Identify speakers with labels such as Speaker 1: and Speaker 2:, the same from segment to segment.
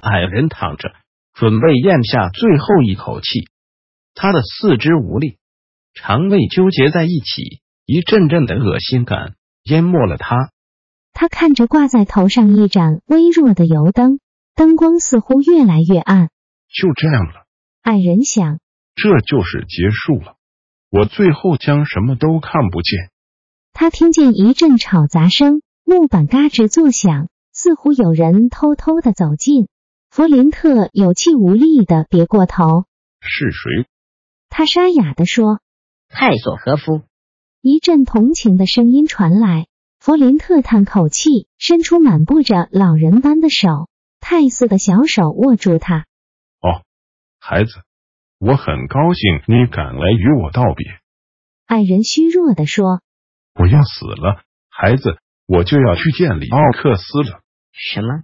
Speaker 1: 矮人躺着，准备咽下最后一口气。他的四肢无力，肠胃纠结在一起，一阵阵的恶心感淹没了他。
Speaker 2: 他看着挂在头上一盏微弱的油灯，灯光似乎越来越暗。
Speaker 3: 就这样了，
Speaker 2: 矮人想，
Speaker 3: 这就是结束了。我最后将什么都看不见。
Speaker 2: 他听见一阵吵杂声，木板嘎吱作响，似乎有人偷偷的走近。弗林特有气无力的别过头，
Speaker 3: 是谁？
Speaker 2: 他沙哑的说。
Speaker 4: 泰索和夫，
Speaker 2: 一阵同情的声音传来，弗林特叹口气，伸出满布着老人般的手，泰斯的小手握住他。
Speaker 3: 哦，孩子，我很高兴你赶来与我道别。
Speaker 2: 矮人虚弱的说。
Speaker 3: 我要死了，孩子，我就要去见里奥克斯了。
Speaker 4: 什么？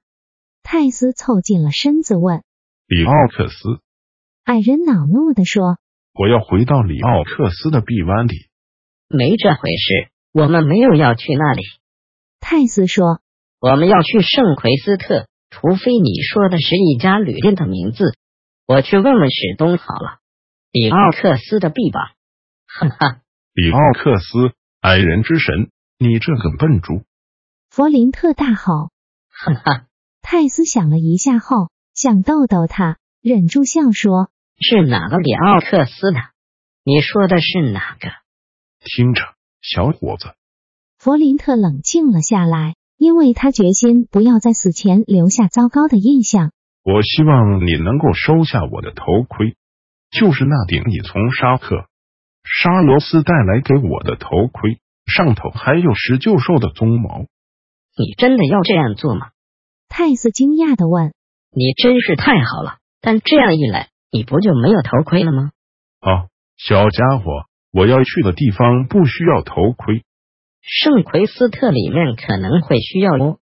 Speaker 2: 泰斯凑近了身子问
Speaker 3: 里奥克斯，
Speaker 2: 矮人，恼怒地说
Speaker 3: 我要回到里奥克斯的臂弯里。
Speaker 4: 没这回事，我们没有要去那里，：“
Speaker 2: 泰斯说，
Speaker 4: 我们要去圣奎斯特，除非你说的是一家旅店的名字。我去问问史东好了。里奥克斯的臂膀，哈哈，
Speaker 3: 里奥克斯，矮人之神，你这个笨猪！
Speaker 2: 弗林特大吼。
Speaker 4: 哈哈，
Speaker 2: 泰斯想了一下后，想逗逗他，忍住笑说
Speaker 4: 是哪个里奥克斯呢？你说的是哪个？
Speaker 3: 听着，小伙子，：“
Speaker 2: 弗林特冷静了下来，因为他决心不要在死前留下糟糕的印象。
Speaker 3: 我希望你能够收下我的头盔，就是那顶你从沙克沙罗斯带来给我的头盔，上头还有石臼兽的鬃毛。
Speaker 4: 你真的要这样做吗？”
Speaker 2: 泰斯惊讶的问
Speaker 4: 你真是太好了，但这样一来，你不就没有头盔了吗？
Speaker 3: 啊，小家伙，我要去的地方不需要头盔。
Speaker 4: 圣奎斯特里面可能会需要哦。：“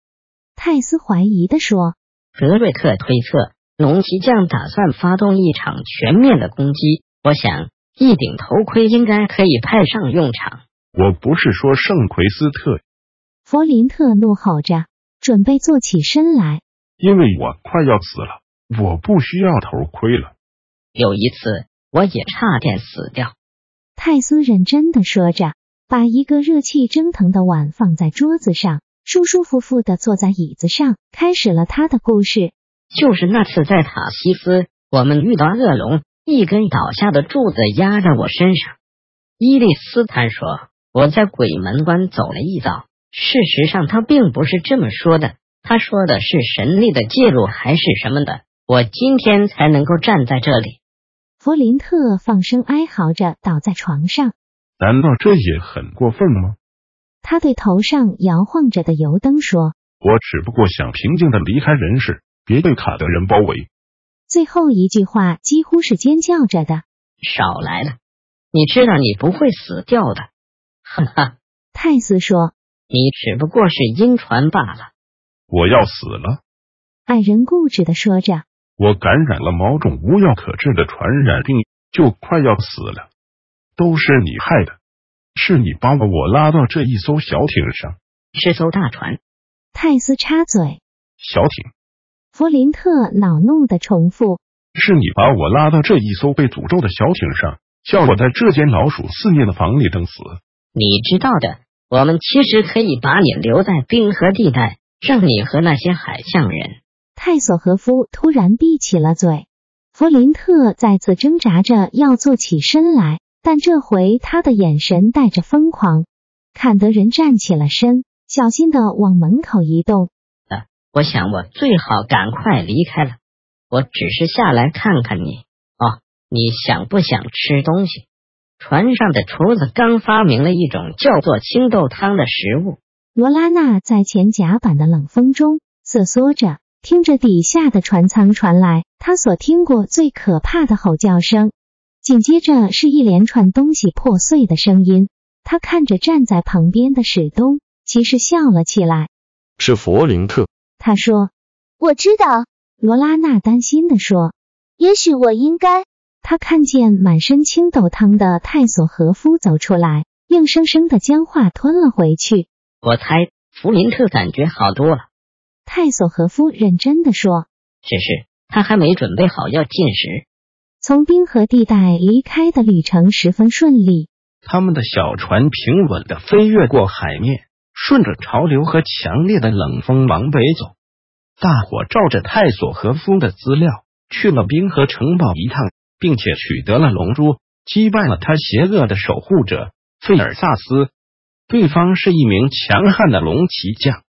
Speaker 2: 泰斯怀疑的说，
Speaker 4: 德瑞克推测，龙骑将打算发动一场全面的攻击。我想，一顶头盔应该可以派上用场。
Speaker 3: 我不是说圣奎斯特，
Speaker 2: 弗林特怒吼着，准备坐起身来。
Speaker 3: 因为我快要死了，我不需要头盔了。
Speaker 4: 有一次，我也差点死掉。
Speaker 2: 泰斯认真的说着，把一个热气蒸腾的碗放在桌子上，舒舒服服的坐在椅子上，开始了他的故事。
Speaker 4: 就是那次在塔西斯，我们遇到恶龙，一根倒下的柱子压在我身上。伊利斯坦说我在鬼门关走了一遭，事实上他并不是这么说的，他说的是神力的介入还是什么的。我今天才能够站在这里。
Speaker 2: 弗林特放声哀嚎着倒在床上，
Speaker 3: 难道这也很过分吗？
Speaker 2: 他对头上摇晃着的油灯说。
Speaker 3: 我只不过想平静的离开人世，别被卡的人包围。
Speaker 2: 最后一句话几乎是尖叫着的。
Speaker 4: 少来了，你知道你不会死掉的，哈哈，
Speaker 2: 泰斯说
Speaker 4: 你只不过是晕船罢了。
Speaker 3: 我要死了，：“
Speaker 2: 矮人固执的说着。
Speaker 3: 我感染了某种无药可治的传染病，就快要死了。都是你害的，是你把我拉到这一艘小艇上。
Speaker 4: 是艘大船，”
Speaker 2: 泰斯插嘴。
Speaker 3: 小艇，
Speaker 2: 弗林特恼怒的重复
Speaker 3: 是你把我拉到这一艘被诅咒的小艇上，叫我在这间老鼠肆虐的房里等死。
Speaker 4: 你知道的。我们其实可以把你留在冰河地带，让你和那些海象人。
Speaker 2: 泰索和夫突然闭起了嘴。弗林特再次挣扎着要坐起身来，但这回他的眼神带着疯狂。坎德人站起了身，小心的往门口移动。
Speaker 4: 我想我最好赶快离开了。我只是下来看看你。哦，你想不想吃东西？船上的厨子刚发明了一种叫做青豆汤的食物。
Speaker 2: 罗拉娜在前甲板的冷风中瑟缩着，听着底下的船舱传来他所听过最可怕的吼叫声，紧接着是一连串东西破碎的声音。他看着站在旁边的史东，其实笑了起来。
Speaker 5: 是佛林特。
Speaker 2: 他说
Speaker 6: 我知道，：“
Speaker 2: 罗拉娜担心的说。”
Speaker 6: 也许我应该。
Speaker 2: 他看见满身青豆汤的泰索和夫走出来，硬生生的将话吞了回去。
Speaker 4: 我猜弗林特感觉好多了，
Speaker 2: 泰索和夫认真的说
Speaker 4: 只是他还没准备好要进食。：“
Speaker 2: 从冰河地带离开的旅程十分顺利。
Speaker 3: 他们的小船平稳的飞越过海面，顺着潮流和强烈的冷风往北走。大伙照着泰索和夫的资料去了冰河城堡一趟，并且取得了龙珠，击败了他邪恶的守护者费尔萨斯。对方是一名强悍的龙骑将。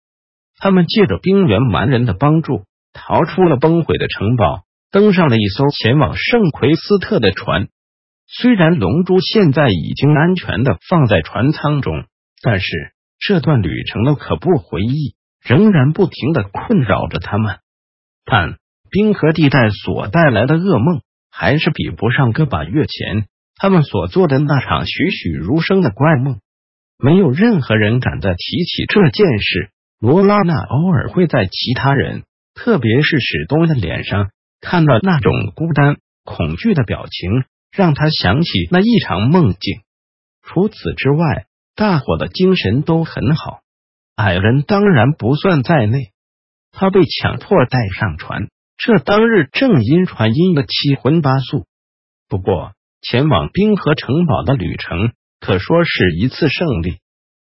Speaker 3: 他们借着冰原蛮人的帮助，逃出了崩毁的城堡，登上了一艘前往圣奎斯特的船。虽然龙珠现在已经安全的放在船舱中，但是这段旅程的可怖回忆仍然不停的困扰着他们。但冰河地带所带来的噩梦，还是比不上个把月前他们所做的那场栩栩如生的怪梦。没有任何人敢再提起这件事。罗拉娜偶尔会在其他人，特别是史东的脸上看到那种孤单、恐惧的表情，让他想起那一场梦境。除此之外，大伙的精神都很好，矮人当然不算在内。他被强迫带上船，这当日正因传音的七荤八素。不过，前往冰河城堡的旅程可说是一次胜利。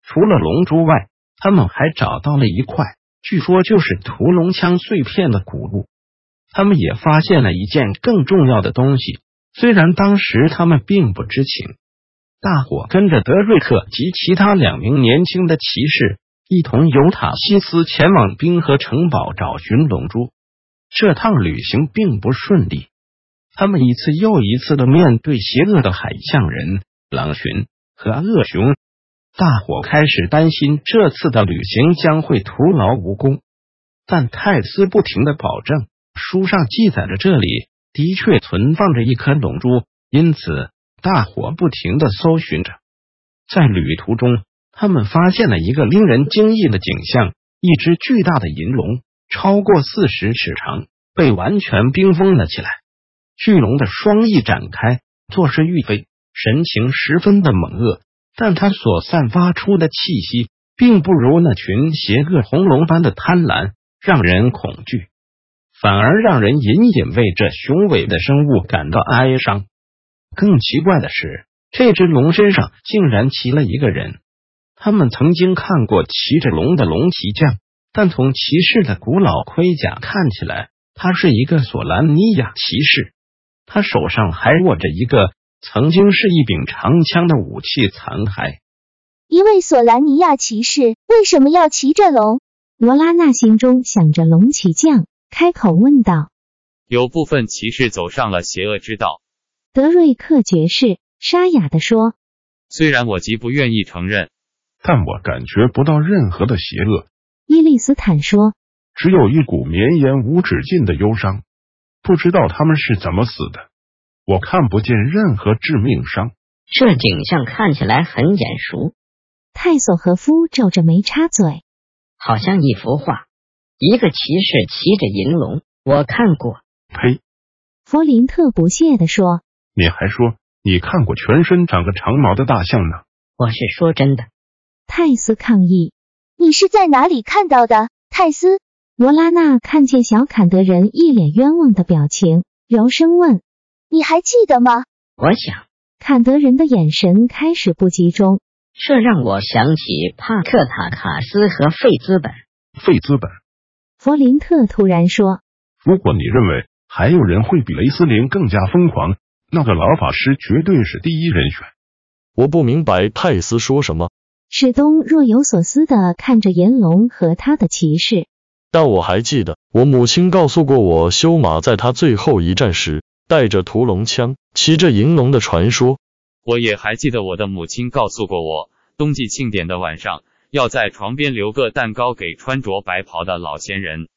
Speaker 3: 除了龙珠外，他们还找到了一块据说就是屠龙枪碎片的古物。他们也发现了一件更重要的东西，虽然当时他们并不知情。大伙跟着德瑞克及其他两名年轻的骑士一同由塔西斯前往冰河城堡找寻龙珠。这趟旅行并不顺利，他们一次又一次的面对邪恶的海象人、狼群和恶熊。大伙开始担心这次的旅行将会徒劳无功，但泰斯不停的保证，书上记载着这里的确存放着一颗龙珠，因此大伙不停的搜寻着。在旅途中，他们发现了一个令人惊异的景象：一只巨大的银龙，超过四十尺长，被完全冰封了起来。巨龙的双翼展开，作势欲飞，神情十分的猛恶。但它所散发出的气息，并不如那群邪恶红龙般的贪婪，让人恐惧，反而让人隐隐为这雄伟的生物感到哀伤。更奇怪的是，这只龙身上竟然骑了一个人。他们曾经看过骑着龙的龙骑将，但从骑士的古老盔甲看起来，他是一个索兰尼亚骑士。他手上还握着一个曾经是一柄长枪的武器残骸。
Speaker 6: 一位索兰尼亚骑士为什么要骑着龙？
Speaker 2: 罗拉娜心中想着龙骑将，开口问道
Speaker 7: 有部分骑士走上了邪恶之道。：“
Speaker 2: 德瑞克爵士，沙哑的说，
Speaker 7: 虽然我极不愿意承认，
Speaker 8: 但我感觉不到任何的邪恶，
Speaker 2: 伊利斯坦说，
Speaker 8: 只有一股绵延无止境的忧伤。不知道他们是怎么死的，我看不见任何致命伤。
Speaker 4: 这景象看起来很眼熟，
Speaker 2: 泰索和夫皱着眉插嘴。
Speaker 4: 好像一幅画。一个骑士骑着银龙，我看过。
Speaker 8: 呸！
Speaker 2: 弗林特不屑地说
Speaker 8: 你还说你看过全身长个长毛的大象呢？
Speaker 4: 我是说真的，：“
Speaker 2: 泰斯抗议。”
Speaker 6: 你是在哪里看到的，泰斯？
Speaker 2: 罗拉娜看见小坎德人一脸冤枉的表情，柔声问
Speaker 6: 你还记得吗？
Speaker 4: 我想
Speaker 2: 坎德人的眼神开始不集中。
Speaker 4: 这让我想起帕克塔卡斯和费兹本。
Speaker 8: 费兹本，
Speaker 2: 弗林特突然说
Speaker 8: 如果你认为还有人会比雷斯林更加疯狂，那个老法师绝对是第一人选。
Speaker 5: 我不明白泰斯说什么，：“
Speaker 2: 史东若有所思的看着银龙和他的骑士。
Speaker 5: 但我还记得，我母亲告诉过我，修马在他最后一战时，带着屠龙枪，骑着银龙的传说。
Speaker 7: 我也还记得我的母亲告诉过我，冬季庆典的晚上要在床边留个蛋糕给穿着白袍的老仙人。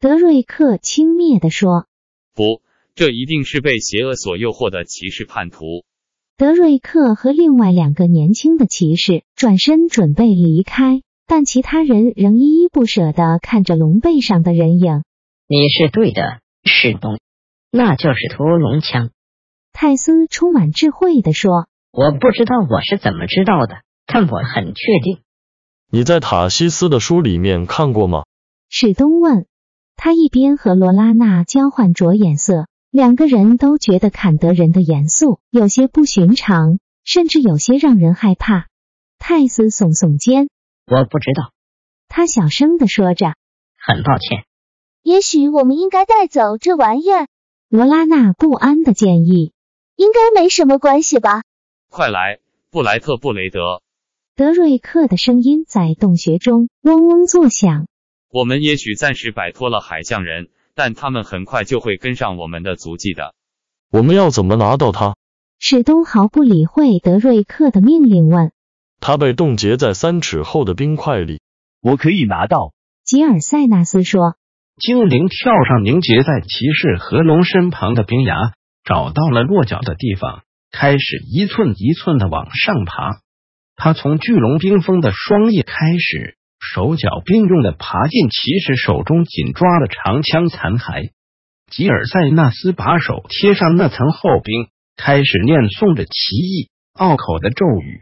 Speaker 2: 德瑞克轻蔑地说。
Speaker 7: 不，这一定是被邪恶所诱惑的骑士叛徒。
Speaker 2: 德瑞克和另外两个年轻的骑士转身准备离开，但其他人仍依依不舍地看着龙背上的人影。
Speaker 4: 你是对的，史东，那就是屠龙枪。
Speaker 2: 泰斯充满智慧地说
Speaker 4: 我不知道我是怎么知道的，但我很确定。
Speaker 5: 你在塔西斯的书里面看过吗？：“
Speaker 2: 史东问。”他一边和罗拉娜交换着眼色，两个人都觉得坎德人的严肃有些不寻常，甚至有些让人害怕。泰斯耸耸肩，
Speaker 4: 我不知道，
Speaker 2: 他小声地说着。
Speaker 4: 很抱歉。
Speaker 6: 也许我们应该带走这玩意儿，
Speaker 2: 罗拉娜不安的建议。
Speaker 6: 应该没什么关系吧？
Speaker 7: 快来，布莱特布雷德，
Speaker 2: 德瑞克的声音在洞穴中嗡嗡作响。
Speaker 7: 我们也许暂时摆脱了海象人，但他们很快就会跟上我们的足迹的。
Speaker 5: 我们要怎么拿到它？
Speaker 2: 史东毫不理会德瑞克的命令，问
Speaker 5: 它被冻结在三尺厚的冰块里。
Speaker 9: 我可以拿到。
Speaker 2: 吉尔塞纳斯说
Speaker 3: 精灵跳上凝结在骑士和龙身旁的冰崖，找到了落脚的地方，开始一寸一寸的往上爬。他从巨龙冰封的双翼开始，手脚并用的爬进骑士手中紧抓的长枪残骸。吉尔塞纳斯把手贴上那层厚冰，开始念诵着奇异拗口的咒语。：“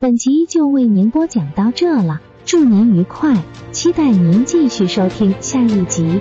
Speaker 2: 本集就为您播讲到这了，祝您愉快，期待您继续收听下一集。”